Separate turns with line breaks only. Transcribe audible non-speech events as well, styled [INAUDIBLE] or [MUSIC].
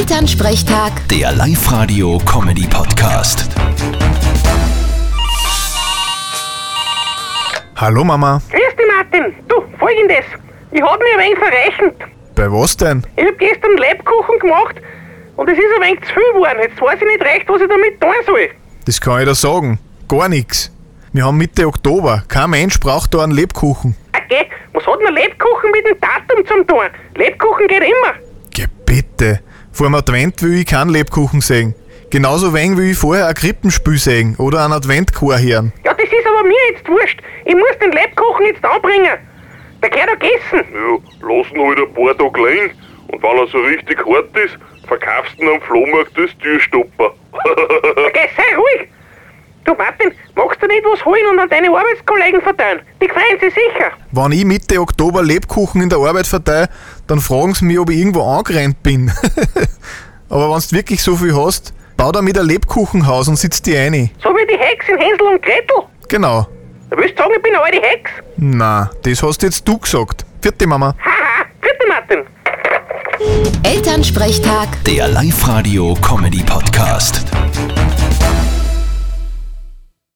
Elternsprechtag,
Der Live-Radio-Comedy-Podcast.
Hallo Mama,
Grüß dich, Martin. Du, folgendes. Ich hab mich ein wenig verrechnet.
bei was denn?
Ich hab gestern Leibkuchen gemacht und es ist ein wenig zu viel geworden. Jetzt weiß ich nicht recht, was ich damit tun soll.
Das kann ich dir sagen. Gar nichts. Wir haben Mitte Oktober. Kein Mensch braucht da einen Lebkuchen.
Okay, Ah, was hat denn Leibkuchen mit dem Datum zum tun? Leibkuchen geht immer.
Geh bitte. Vor dem Advent will ich keinen Lebkuchen sehen. Genauso wenig will ich vorher ein Krippenspiel sehen oder einen Adventchor hören.
Ja, das ist aber mir jetzt wurscht. Ich muss den Leibkuchen jetzt anbringen. Der gehört auch gegessen.
Ja, lass ihn halt ein paar Tage liegen und wenn er so richtig hart ist, verkaufst du ihn am Flohmarkt als Türstopper. [LAUGHS]
Okay, sei ruhig. Du, Martin, magst du nicht was holen und an deine Arbeitskollegen verteilen? Die freuen sich sicher.
Wenn ich Mitte Oktober Lebkuchen in der Arbeit verteile, dann fragen sie mich, ob ich irgendwo angerannt bin. [LAUGHS] Aber wenn du wirklich so viel hast, bau damit ein Lebkuchenhaus und sitz die eine.
So wie die Hex in Hänsel und Gretel.
Genau.
Da willst du sagen, ich bin eine alte Hex?
Na, das hast jetzt du gesagt. Vierte Mama.
Haha, bitte, Martin.
Elternsprechtag.
Der Live-Radio-Comedy-Podcast.